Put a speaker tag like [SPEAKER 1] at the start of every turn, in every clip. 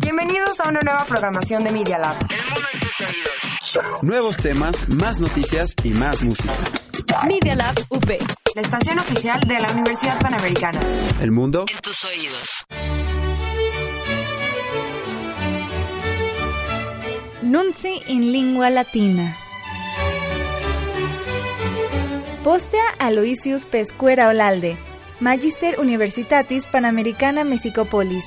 [SPEAKER 1] Bienvenidos a una nueva programación de Media Lab.
[SPEAKER 2] Nuevos temas, más noticias y más música.
[SPEAKER 3] Media Lab UP,
[SPEAKER 1] la estación oficial de la Universidad Panamericana.
[SPEAKER 2] El mundo
[SPEAKER 4] en tus oídos.
[SPEAKER 5] Nunzi in lingua latina. Postea Aloysius Pescuera Olalde, Magister Universitatis Panamericana Mexicopolis.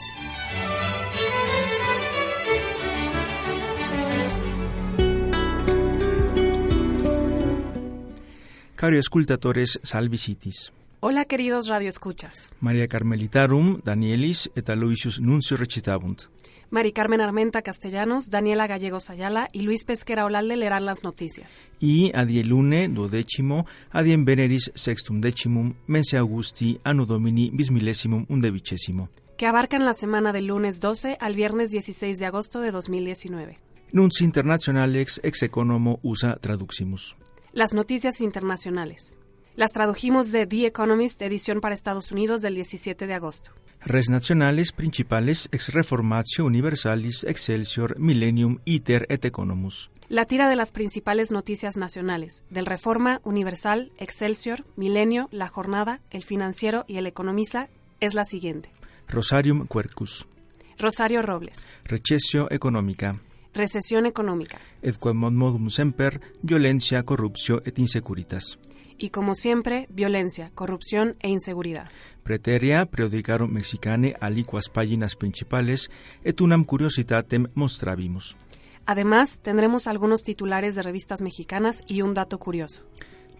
[SPEAKER 6] Cario escultatores salvicitis.
[SPEAKER 7] Hola queridos radioescuchas.
[SPEAKER 6] María Carmelitarum, Danielis et Aloysius nuncio recitabunt.
[SPEAKER 7] Mari Carmen Armenta Castellanos, Daniela Gallegos Ayala y Luis Pesquera Olalde leerán las noticias.
[SPEAKER 6] Y adielune duodécimo, adien veneris sextum decimum, mense Augusti, anno domini bismilesimum undevicesimo.
[SPEAKER 7] Que abarcan la semana del lunes 12 al viernes 16 de agosto de 2019.
[SPEAKER 6] Nunci internationalex ex economo usa traduximus.
[SPEAKER 7] Las noticias internacionales. Las tradujimos de The Economist, edición para Estados Unidos del 17 de agosto.
[SPEAKER 6] Res nacionales principales ex reformatio universalis excelsior millennium iter et economus.
[SPEAKER 7] La tira de las principales noticias nacionales, del Reforma, Universal, Excelsior, Milenio, La Jornada, El Financiero y El Economista, es la siguiente.
[SPEAKER 6] Rosarium quercus.
[SPEAKER 7] Rosario Robles.
[SPEAKER 6] Recessio economica.
[SPEAKER 7] Recesión económica.
[SPEAKER 6] Et quam mod modum semper violencia corruptio et insecuritas.
[SPEAKER 7] Y como siempre, violencia, corrupción e inseguridad.
[SPEAKER 6] Preteria periodicarum mexicane aliquas páginas principales et unam curiositatem mostrabimus.
[SPEAKER 7] Además, tendremos algunos titulares de revistas mexicanas y un dato curioso.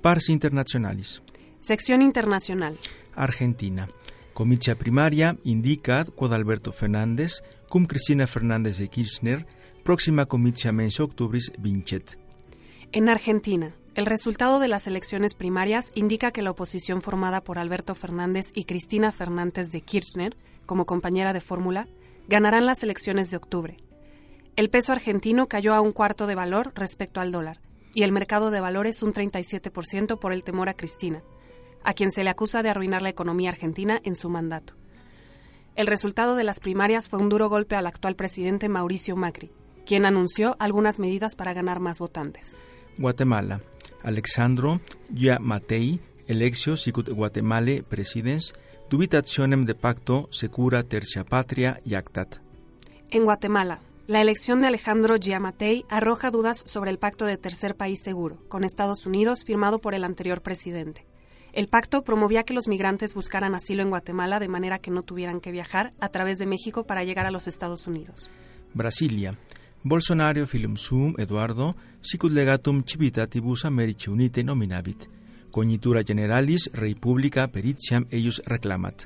[SPEAKER 6] Pars internationalis.
[SPEAKER 7] Sección internacional.
[SPEAKER 6] Argentina. Comitia primaria indicat quod Alberto Fernández cum Cristina Fernández de Kirchner próxima comitia mens octubris vincet.
[SPEAKER 7] En Argentina, el resultado de las elecciones primarias indica que la oposición formada por Alberto Fernández y Cristina Fernández de Kirchner, como compañera de fórmula, ganarán las elecciones de octubre. El peso argentino cayó a un cuarto de valor respecto al dólar, y el mercado de valores un 37% por el temor a Cristina, a quien se le acusa de arruinar la economía argentina en su mandato. El resultado de las primarias fue un duro golpe al actual presidente Mauricio Macri, quien anunció algunas medidas para ganar más votantes.
[SPEAKER 6] Guatemala. Alexandro Giamatei, electio sicut Guatemala presidens, dubitationem de pacto secura tercia patria y actat.
[SPEAKER 7] En Guatemala, la elección de Alejandro Giamatei arroja dudas sobre el pacto de tercer país seguro con Estados Unidos firmado por el anterior presidente. El pacto promovía que los migrantes buscaran asilo en Guatemala de manera que no tuvieran que viajar a través de México para llegar a los Estados Unidos.
[SPEAKER 6] Brasilia. Bolsonaro filum sum Eduardo sicut legatum civitatibus Americi unite nominavit. Cognitura generalis rei publica peritiam eius reclamat.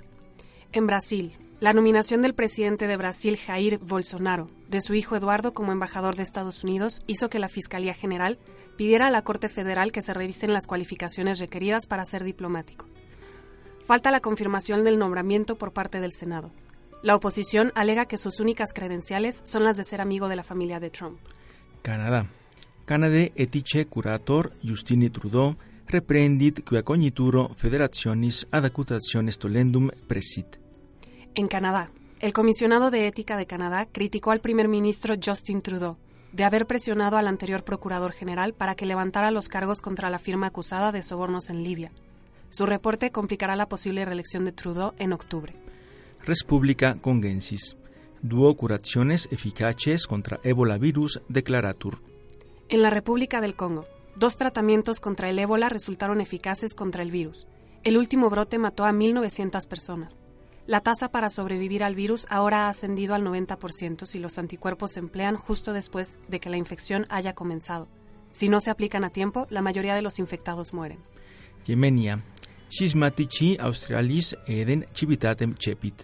[SPEAKER 7] En Brasil, la nominación del presidente de Brasil Jair Bolsonaro de su hijo Eduardo como embajador de Estados Unidos hizo que la Fiscalía General pidiera a la Corte Federal que se revisen las cualificaciones requeridas para ser diplomático. Falta la confirmación del nombramiento por parte del Senado. La oposición alega que sus únicas credenciales son las de ser amigo de la familia de Trump.
[SPEAKER 6] Canadá. Canade etice curator Justine Trudeau reprendit quia cognituro federationis ad accutationes tolendum presit.
[SPEAKER 7] En Canadá, el comisionado de ética de Canadá criticó al primer ministro Justin Trudeau de haber presionado al anterior procurador general para que levantara los cargos contra la firma acusada de sobornos en Libia. Su reporte complicará la posible reelección de Trudeau en octubre.
[SPEAKER 6] Respublica Congensis. Duo curaciones eficaces contra ébola virus declaratur.
[SPEAKER 7] En la República del Congo, dos tratamientos contra el ébola resultaron eficaces contra el virus. El último brote mató a 1.900 personas. La tasa para sobrevivir al virus ahora ha ascendido al 90% si los anticuerpos se emplean justo después de que la infección haya comenzado. Si no se aplican a tiempo, la mayoría de los infectados mueren.
[SPEAKER 6] Yemenia. Schismatici australis eden civitatem cepit.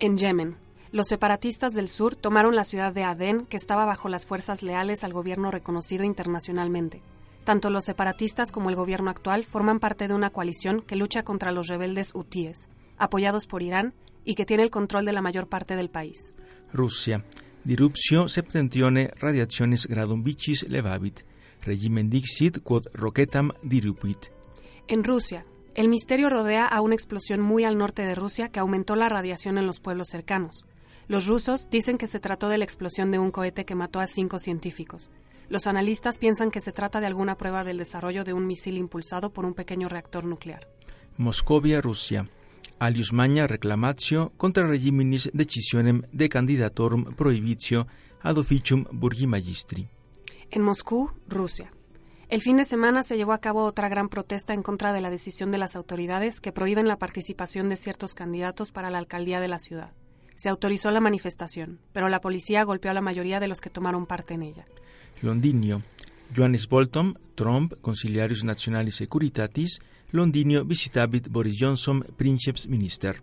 [SPEAKER 7] En Yemen, los separatistas del sur tomaron la ciudad de Adén, que estaba bajo las fuerzas leales al gobierno reconocido internacionalmente. Tanto los separatistas como el gobierno actual forman parte de una coalición que lucha contra los rebeldes hutíes, apoyados por Irán y que tiene el control de la mayor parte del país.
[SPEAKER 6] Rusia. Diruptio septentione radiaciones gradum vicis levavit. Regimen dixit quod roquetam dirupit.
[SPEAKER 7] En Rusia, el misterio rodea a una explosión muy al norte de Rusia que aumentó la radiación en los pueblos cercanos. Los rusos dicen que se trató de la explosión de un cohete que mató a cinco científicos. Los analistas piensan que se trata de alguna prueba del desarrollo de un misil impulsado por un pequeño reactor nuclear.
[SPEAKER 6] Moscovia, Rusia. Alius Magna reclamatio contra regimenis decisionem de candidatorum prohibitio ad officium burgimagistri.
[SPEAKER 7] En Moscú, Rusia. El fin de semana se llevó a cabo otra gran protesta en contra de la decisión de las autoridades que prohíben la participación de ciertos candidatos para la alcaldía de la ciudad. Se autorizó la manifestación, pero la policía golpeó a la mayoría de los que tomaron parte en ella.
[SPEAKER 6] Londinio. Johannes Bolton, Trump, Conciliarius Nationalis Securitatis, Londinio visitabit Boris Johnson, Princeps Minister.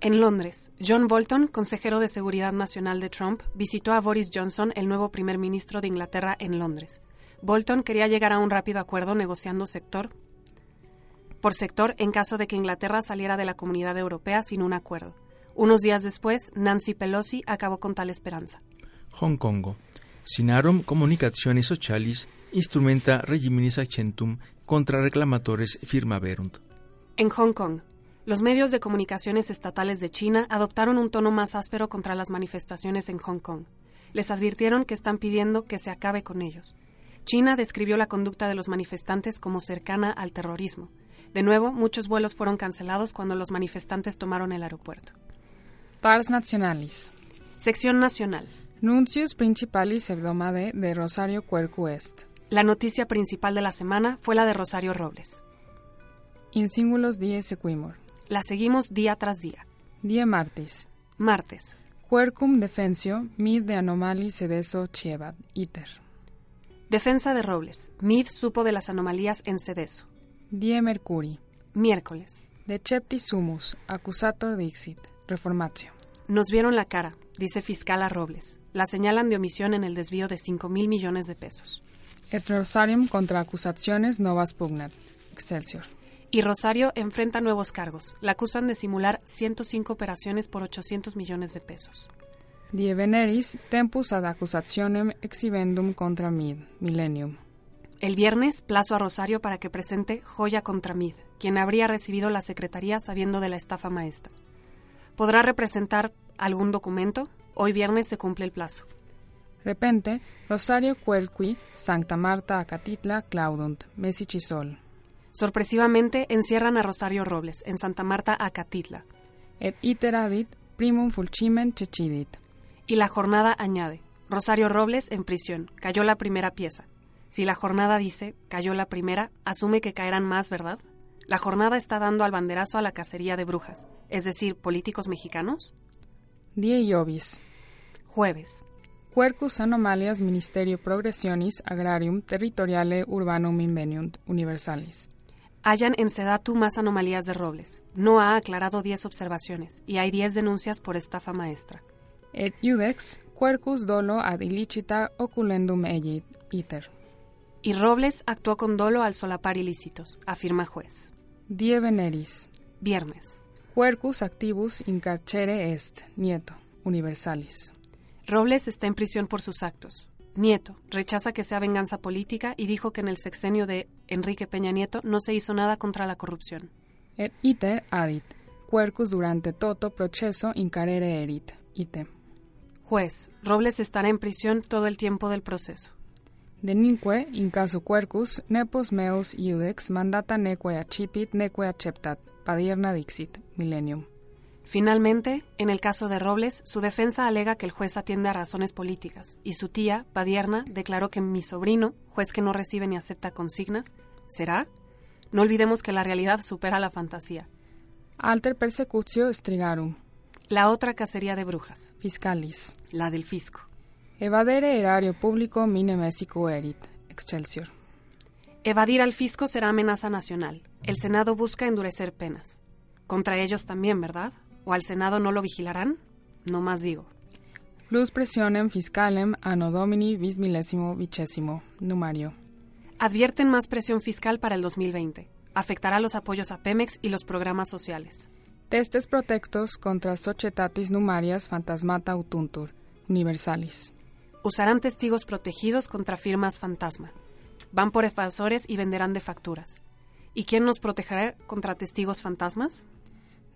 [SPEAKER 7] En Londres, John Bolton, consejero de Seguridad Nacional de Trump, visitó a Boris Johnson, el nuevo primer ministro de Inglaterra, en Londres. Bolton quería llegar a un rápido acuerdo negociando sector por sector en caso de que Inglaterra saliera de la comunidad europea sin un acuerdo. Unos días después, Nancy Pelosi acabó con tal esperanza.
[SPEAKER 6] Hong Kongo. Sinarum Comunicaciones Socialis instrumenta regimenis accentum contra reclamatores firmaverunt.
[SPEAKER 7] En Hong Kong, los medios de comunicaciones estatales de China adoptaron un tono más áspero contra las manifestaciones en Hong Kong. Les advirtieron que están pidiendo que se acabe con ellos. China describió la conducta de los manifestantes como cercana al terrorismo. De nuevo, muchos vuelos fueron cancelados cuando los manifestantes tomaron el aeropuerto.
[SPEAKER 4] Pars Nationalis.
[SPEAKER 7] Sección Nacional.
[SPEAKER 4] Nuncius Principalis Hebdomade de Rosario Quercu Est.
[SPEAKER 7] La noticia principal de la semana fue la de Rosario Robles.
[SPEAKER 4] In singulos die sequimur.
[SPEAKER 7] La seguimos día tras día.
[SPEAKER 4] Die martis.
[SPEAKER 7] Martes.
[SPEAKER 4] Quercum defensio mid de anomali sedeso chievat iter.
[SPEAKER 7] Defensa de Robles. Mid supo de las anomalías en Cedeso.
[SPEAKER 4] Die mercuri.
[SPEAKER 7] Miércoles.
[SPEAKER 4] Decepti sumus accusator dixit. Reformatio.
[SPEAKER 7] Nos vieron la cara, dice fiscal a Robles. La señalan de omisión en el desvío de 5 mil millones de pesos.
[SPEAKER 4] Et rosarium contra acusaciones novas pugnat. Excelsior.
[SPEAKER 7] Y Rosario enfrenta nuevos cargos. La acusan de simular 105 operaciones por 800 millones de pesos.
[SPEAKER 4] Die veneris tempus ad accusationem exhibendum contra mid. Millennium.
[SPEAKER 7] El viernes, plazo a Rosario para que presente Joya contra Mid, quien habría recibido la secretaría sabiendo de la estafa maestra. ¿Podrá representar algún documento? Hoy viernes se cumple el plazo.
[SPEAKER 4] Repente, Rosario Querqui, Sancta Marta Acatitla Claudunt, Messici Sol.
[SPEAKER 7] Sorpresivamente, encierran a Rosario Robles en Santa Marta, Acatitla,
[SPEAKER 4] Et iteradit primum fulcimen cecidit.
[SPEAKER 7] y la jornada añade: Rosario Robles en prisión, cayó la primera pieza. Si la jornada dice cayó la primera, asume que caerán más, ¿verdad? La jornada está dando al banderazo a la cacería de brujas, es decir, políticos mexicanos.
[SPEAKER 4] Die Iovis.
[SPEAKER 7] Jueves.
[SPEAKER 4] Quercus anomalias ministerio progressionis agrarium territoriale urbanum inveniunt universalis.
[SPEAKER 7] Hallan en Sedatu más anomalías de Robles. No ha aclarado 10 observaciones y hay 10 denuncias por estafa maestra.
[SPEAKER 4] Et iudex Quercus dolo ad illicita oculendum egit iter.
[SPEAKER 7] Y Robles actuó con dolo al solapar ilícitos, afirma juez.
[SPEAKER 4] Die veneris.
[SPEAKER 7] Viernes.
[SPEAKER 4] Quercus activus in carcere est nieto universalis.
[SPEAKER 7] Robles está en prisión por sus actos. Nieto rechaza que sea venganza política y dijo que en el sexenio de Enrique Peña Nieto no se hizo nada contra la corrupción.
[SPEAKER 4] Et iter adit Quercus durante toto processo incarere erit ite.
[SPEAKER 7] Juez, Robles estará en prisión todo el tiempo del proceso.
[SPEAKER 4] Deninque in casu Quercus nepos meus iudex mandata neque accipit neque acceptat padierna dixit millennium.
[SPEAKER 7] Finalmente, en el caso de Robles, su defensa alega que el juez atiende a razones políticas y su tía, Padierna, declaró que mi sobrino, juez que no recibe ni acepta consignas, ¿será? No olvidemos que la realidad supera la fantasía.
[SPEAKER 4] Alter persecutio strigarum
[SPEAKER 7] La otra cacería de brujas,
[SPEAKER 4] fiscalis.
[SPEAKER 7] la del fisco.
[SPEAKER 4] Evadere erario publico mine messico erit. Excelsior.
[SPEAKER 7] Evadir al fisco será amenaza nacional. El Senado busca endurecer penas. Contra ellos también, ¿verdad? ¿O al Senado no lo vigilarán? No más digo.
[SPEAKER 4] Plus pressionem fiscalem anno domini bis millesimo vicesimo. Numario.
[SPEAKER 7] Advierten más presión fiscal para el 2020. Afectará los apoyos a Pemex y los programas sociales.
[SPEAKER 4] Testes protectos contra societatis numarias fantasmata utuntur. Universalis.
[SPEAKER 7] Usarán testigos protegidos contra firmas fantasma. Van por evasores y venderán de facturas. ¿Y quién nos protegerá contra testigos fantasmas?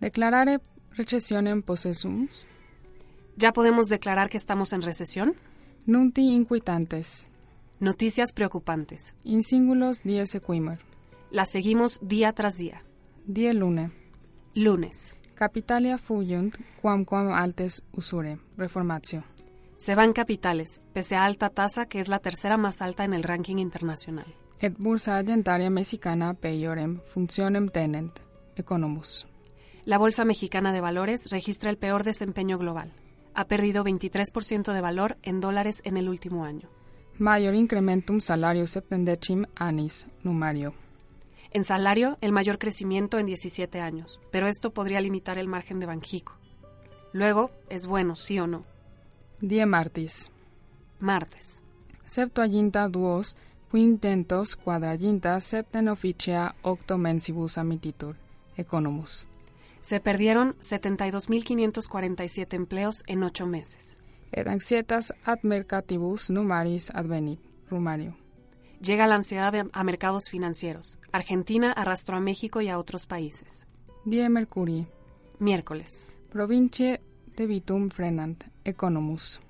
[SPEAKER 4] Declarare recessionem possessums.
[SPEAKER 7] ¿Ya podemos declarar que estamos en recesión?
[SPEAKER 4] Nunti inquitantes.
[SPEAKER 7] Noticias preocupantes.
[SPEAKER 4] In singulos die sequimer.
[SPEAKER 7] Las seguimos día tras día.
[SPEAKER 4] Die lune.
[SPEAKER 7] Lunes.
[SPEAKER 4] Capitalia fugiunt, quamquam altes usure. Reformatio.
[SPEAKER 7] Se van capitales, pese a alta tasa que es la tercera más alta en el ranking internacional.
[SPEAKER 4] Et bursa agentaria mexicana peiorem funcionem tenent. Economus.
[SPEAKER 7] La Bolsa Mexicana de Valores registra el peor desempeño global. Ha perdido 23% de valor en dólares en el último año.
[SPEAKER 4] Major incrementum salario septendecim anis numario.
[SPEAKER 7] En salario, el mayor crecimiento en 17 años, pero esto podría limitar el margen de Banjico. Luego, es bueno, sí o no.
[SPEAKER 4] Die martis.
[SPEAKER 7] Martes.
[SPEAKER 4] Septuaginta duos quintentos quadraginta septen officia octo mensibus amititur. Economus.
[SPEAKER 7] Se perdieron 72.547 empleos en ocho meses.
[SPEAKER 4] Et anxietas ad mercatibus numaris advenit. Rumario.
[SPEAKER 7] Llega la ansiedad de- a mercados financieros. Argentina arrastró a México y a otros países.
[SPEAKER 4] Die mercuri.
[SPEAKER 7] Miércoles.
[SPEAKER 4] Provincie debitum frenant. Economus.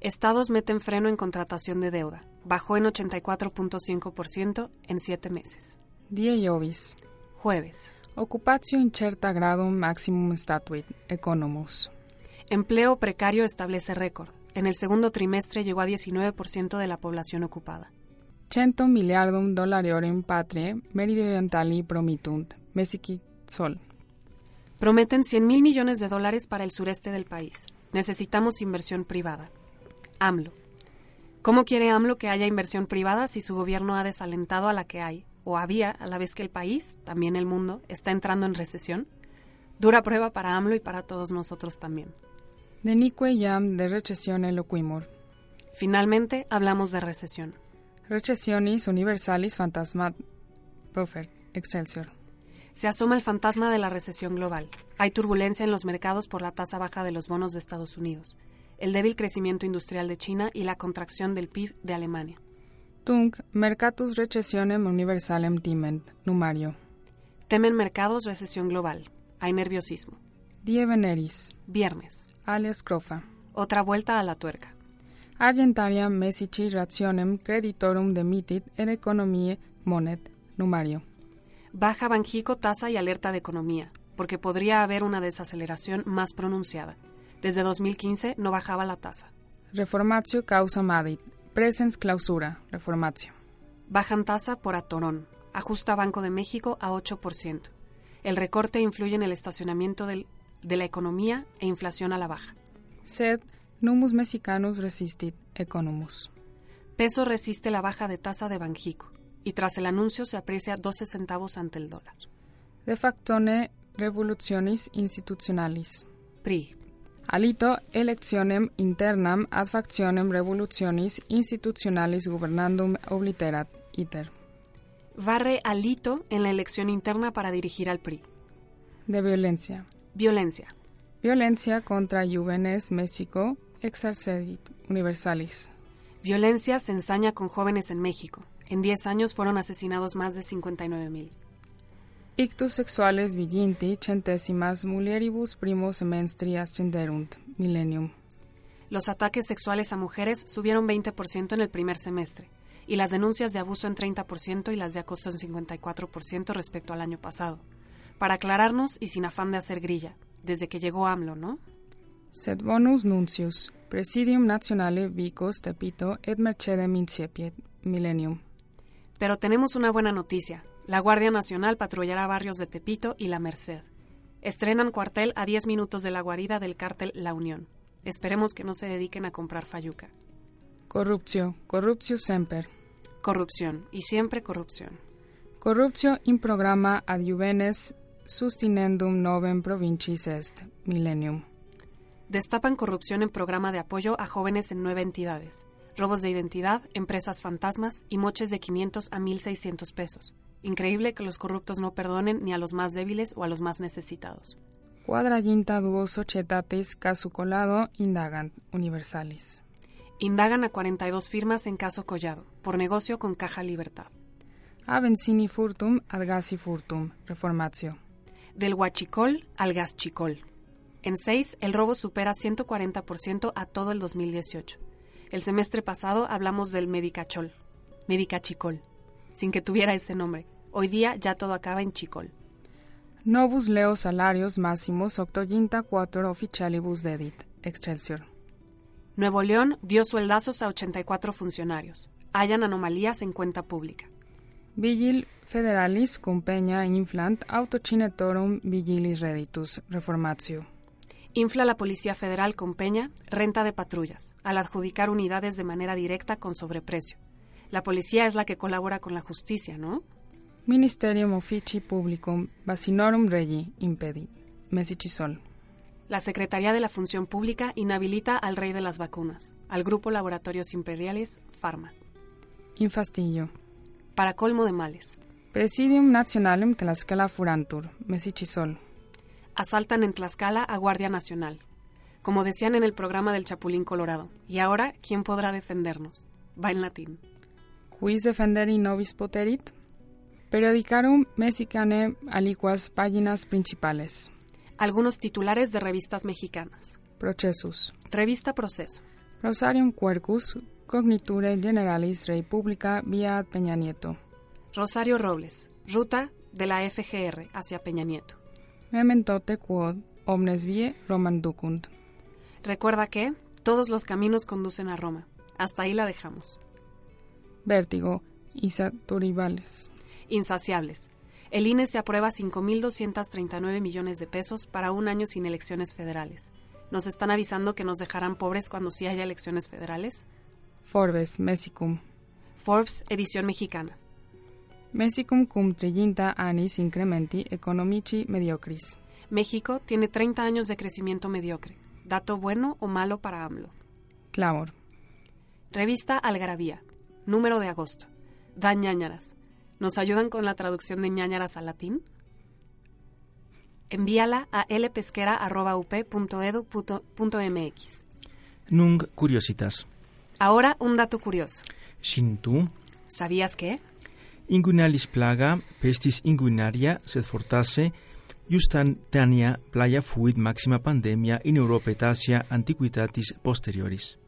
[SPEAKER 7] Estados meten freno en contratación de deuda. Bajó en 84.5% en siete meses.
[SPEAKER 4] Die Jovis.
[SPEAKER 7] Jueves.
[SPEAKER 4] Occupatio incerta gradum maximum statuit. Economus.
[SPEAKER 7] Empleo precario establece récord. En el segundo trimestre llegó a 19% de la población ocupada.
[SPEAKER 4] Centum miliardum dollariorum patrie meridionali promitunt. Mesicit sol.
[SPEAKER 7] Prometen 100 mil millones de dólares para el sureste del país. Necesitamos inversión privada. AMLO. ¿Cómo quiere AMLO que haya inversión privada si su gobierno ha desalentado a la que hay, o había, a la vez que el país, también el mundo, está entrando en recesión? Dura prueba para AMLO y para todos nosotros también.
[SPEAKER 4] Denique jam de recessione loquimur.
[SPEAKER 7] Finalmente, hablamos de recesión.
[SPEAKER 4] Recessionis universalis fantasmat. Buffer. Excelsior.
[SPEAKER 7] Se asoma el fantasma de la recesión global. Hay turbulencia en los mercados por la tasa baja de los bonos de Estados Unidos, el débil crecimiento industrial de China y la contracción del PIB de Alemania.
[SPEAKER 4] Tunc mercatus recessionem universalem timent. Numario.
[SPEAKER 7] Temen mercados recesión global. Hay nerviosismo.
[SPEAKER 4] Die veneris.
[SPEAKER 7] Viernes.
[SPEAKER 4] Alias crofa.
[SPEAKER 7] Otra vuelta a la tuerca.
[SPEAKER 4] Argentaria Messici rationem creditorum demitit en economie monet numario.
[SPEAKER 7] Baja Banjico tasa y alerta de economía, porque podría haber una desaceleración más pronunciada. Desde 2015 no bajaba la tasa.
[SPEAKER 4] Reformatio causa adit. Presens clausura. Reformatio.
[SPEAKER 7] Bajan tasa por atorón. Ajusta Banco de México a 8%. El recorte influye en el estacionamiento del- de la economía e inflación a la baja.
[SPEAKER 4] Sed numus mexicanus resistit economus.
[SPEAKER 7] Peso resiste la baja de tasa de Banjico y tras el anuncio se aprecia 12 centavos ante el dólar.
[SPEAKER 4] De factone revolutionis institutionalis.
[SPEAKER 7] PRI.
[SPEAKER 4] Alito electionem internam ad factionem revolutionis institutionalis governandum obliterat iter.
[SPEAKER 7] Barre alito en la elección interna para dirigir al PRI.
[SPEAKER 4] De violencia.
[SPEAKER 7] Violencia.
[SPEAKER 4] Violencia contra Juvenes México exercedit universalis.
[SPEAKER 7] Violencia se ensaña con jóvenes en México. En 10 años fueron asesinados más de 59 mil.
[SPEAKER 4] Ictus sexuales viginti centésimas mulieribus primos menstri ascenderunt millennium.
[SPEAKER 7] Los ataques sexuales a mujeres subieron 20% en el primer semestre y las denuncias de abuso en 30% y las de acoso en 54% respecto al año pasado. Para aclararnos y sin afán de hacer grilla, desde que llegó AMLO, ¿no?
[SPEAKER 4] Sed bonus nuncius presidium nationale vicos tepito et mercedem incepiet millennium.
[SPEAKER 7] Pero tenemos una buena noticia. La Guardia Nacional patrullará barrios de Tepito y La Merced. Estrenan cuartel a 10 minutos de la guarida del cártel La Unión. Esperemos que no se dediquen a comprar fayuca.
[SPEAKER 4] Corruptio, corruptio semper.
[SPEAKER 7] Corrupción, y siempre corrupción.
[SPEAKER 4] Corruptio in programma ad Juvenes sustinendum novem provincis est millennium.
[SPEAKER 7] Destapan corrupción en programa de apoyo a jóvenes en nueve entidades. Robos de identidad, empresas fantasmas y moches de 500 a 1.600 pesos. Increíble que los corruptos no perdonen ni a los más débiles o a los más necesitados.
[SPEAKER 4] Quadraginta duo societatis casu colado indagant universalis.
[SPEAKER 7] Indagan a 42 firmas en caso Collado, por negocio con Caja Libertad.
[SPEAKER 4] Avencini furtum ad gasi furtum reformatio.
[SPEAKER 7] Del huachicol al gaschicol. En seis, el robo supera 140% a todo el 2018. El semestre pasado hablamos del medicachol, medicachicol, sin que tuviera ese nombre. Hoy día ya todo acaba en chicol.
[SPEAKER 4] Novus leo salarios máximos octoginta quatuor officialibus dedit. Excelsior.
[SPEAKER 7] Nuevo León dio sueldazos a 84 funcionarios. Hallan anomalías en cuenta pública.
[SPEAKER 4] Vigil federalis cum peña inflant autocinetorum vigilis reditus reformatio.
[SPEAKER 7] Infla la Policía Federal con Peña renta de patrullas, al adjudicar unidades de manera directa con sobreprecio. La policía es la que colabora con la justicia, ¿no?
[SPEAKER 4] Ministerium officii publicum basinorum regi impedit. Mesicisol.
[SPEAKER 7] La Secretaría de la Función Pública inhabilita al rey de las vacunas, al Grupo Laboratorios Imperiales Pharma,
[SPEAKER 4] Infastillo.
[SPEAKER 7] para colmo de males.
[SPEAKER 4] Presidium Nationalum Tlaxcala Furantur. Mesicisol.
[SPEAKER 7] Asaltan en Tlaxcala a Guardia Nacional, como decían en el programa del Chapulín Colorado. Y ahora, ¿quién podrá defendernos? Va en latín.
[SPEAKER 4] Quis defenderi nobis poterit? Periodicarum mexicane aliquas páginas principales.
[SPEAKER 7] Algunos titulares de revistas mexicanas.
[SPEAKER 4] Procesus.
[SPEAKER 7] Revista Proceso.
[SPEAKER 4] Rosarium Quercus, Cogniture Generalis Rei Publica via ad Peña Nieto.
[SPEAKER 7] Rosario Robles. Ruta de la FGR hacia Peña Nieto.
[SPEAKER 4] Mementote quod omnes vie Roman ducunt.
[SPEAKER 7] Recuerda que todos los caminos conducen a Roma. Hasta ahí la dejamos.
[SPEAKER 4] Vértigo, Isa Turibales.
[SPEAKER 7] Insaciables. El INE se aprueba 5.239 millones de pesos para un año sin elecciones federales. ¿Nos están avisando que nos dejarán pobres cuando sí haya elecciones federales?
[SPEAKER 4] Forbes, Messicum.
[SPEAKER 7] Forbes, edición mexicana.
[SPEAKER 4] Messicum cum triginta annis incrementi economici mediocris.
[SPEAKER 7] México tiene 30 años de crecimiento mediocre. ¿Dato bueno o malo para AMLO?
[SPEAKER 4] Clamor.
[SPEAKER 7] Revista Algarabía, número de agosto. Da ñáñaras. ¿Nos ayudan con la traducción de ñáñaras al latín? Envíala a e lpesquera.up.edu.mx.
[SPEAKER 6] Nunc curiositas.
[SPEAKER 7] Ahora un dato curioso.
[SPEAKER 6] Sin tu,
[SPEAKER 7] ¿Sabías que?
[SPEAKER 6] inguinalis plaga, pestis inguinaria, sed fortasse, justantania playa fuit maxima pandemia in Europa et Asia antiquitatis posterioris.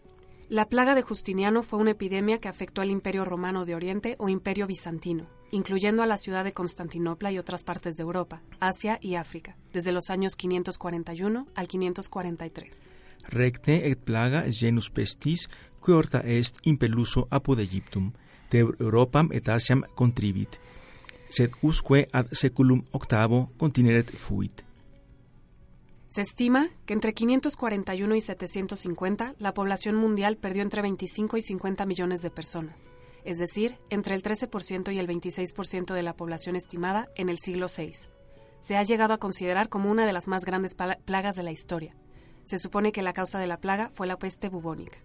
[SPEAKER 7] La plaga de Justiniano fue una epidemia que afectó al Imperio Romano de Oriente o Imperio Bizantino, incluyendo a la ciudad de Constantinopla y otras partes de Europa, Asia y África, desde los años 541 al 543.
[SPEAKER 6] Recte et plaga genus pestis, que horta est impeluso apud Egyptum, de Europam et Asiam contribit, sed usque ad seculum octavo contineret fuit.
[SPEAKER 7] Se estima que entre 541 y 750 la población mundial perdió entre 25 y 50 millones de personas, es decir, entre el 13% y el 26% de la población estimada en el siglo VI. Se ha llegado a considerar como una de las más grandes pala- plagas de la historia. Se supone que la causa de la plaga fue la peste bubónica.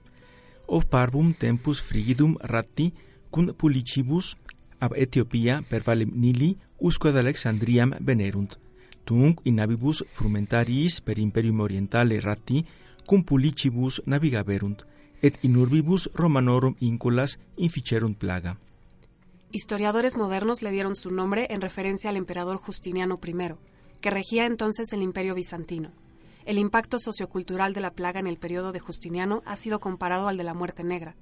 [SPEAKER 6] Ov parvum tempus frigidum ratti, cum pulicibus ab Etiopia per valem Nili usque ad Alexandriam venerunt. Tunc inavibus frumentariis per imperium orientale ratti, cum pulicibus navigaverunt, et in urbibus romanorum inculas inficerunt plaga.
[SPEAKER 7] Historiadores modernos le dieron su nombre en referencia al emperador Justiniano I, que regía entonces el imperio bizantino. El impacto sociocultural de la plaga en el periodo de Justiniano ha sido comparado al de la muerte negra.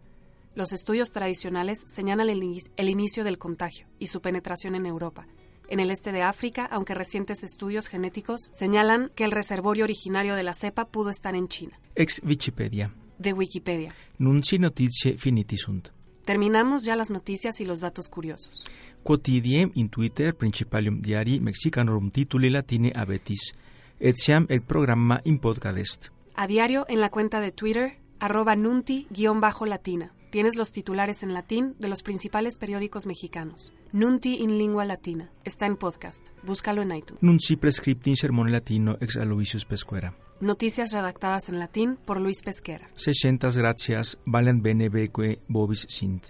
[SPEAKER 7] Los estudios tradicionales señalan el, ini- el inicio del contagio y su penetración en Europa. En el este de África, aunque recientes estudios genéticos señalan que el reservorio originario de la cepa pudo estar en China.
[SPEAKER 6] Ex Wikipedia.
[SPEAKER 7] De Wikipedia.
[SPEAKER 6] Nunci notitie finiti sunt.
[SPEAKER 7] Terminamos ya las noticias y los datos curiosos.
[SPEAKER 6] Quotidiem in Twitter principalium diari Mexicanorum tituli latine abetis, et siam et programma in podcast est.
[SPEAKER 7] A diario en la cuenta de Twitter, arroba nunti-latina. Tienes los titulares en latín de los principales periódicos mexicanos. Nunti in lingua latina. Está en podcast. Búscalo en iTunes.
[SPEAKER 6] Nunci prescripti in sermone latino ex Aloysius Pesquera.
[SPEAKER 7] Noticias redactadas en latín por Luis Pesquera.
[SPEAKER 6] Sescentas gratias valiant bene beque bovis sint.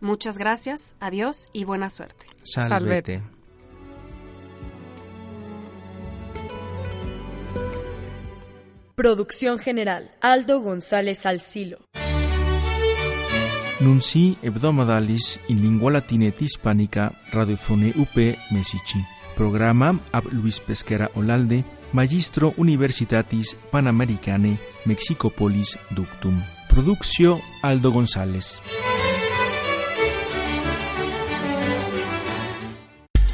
[SPEAKER 7] Muchas gracias, adiós y buena suerte.
[SPEAKER 4] Salvete.
[SPEAKER 6] Salvete.
[SPEAKER 3] Producción general. Aldo González Salcilo.
[SPEAKER 6] Nunci hebdomadalis in lingua latina et hispanica radiofone UP Messici. Programa ab Luis Pesquera Olalde Magistro Universitatis Panamericanae Mexicopolis Ductum. Produccio Aldo González.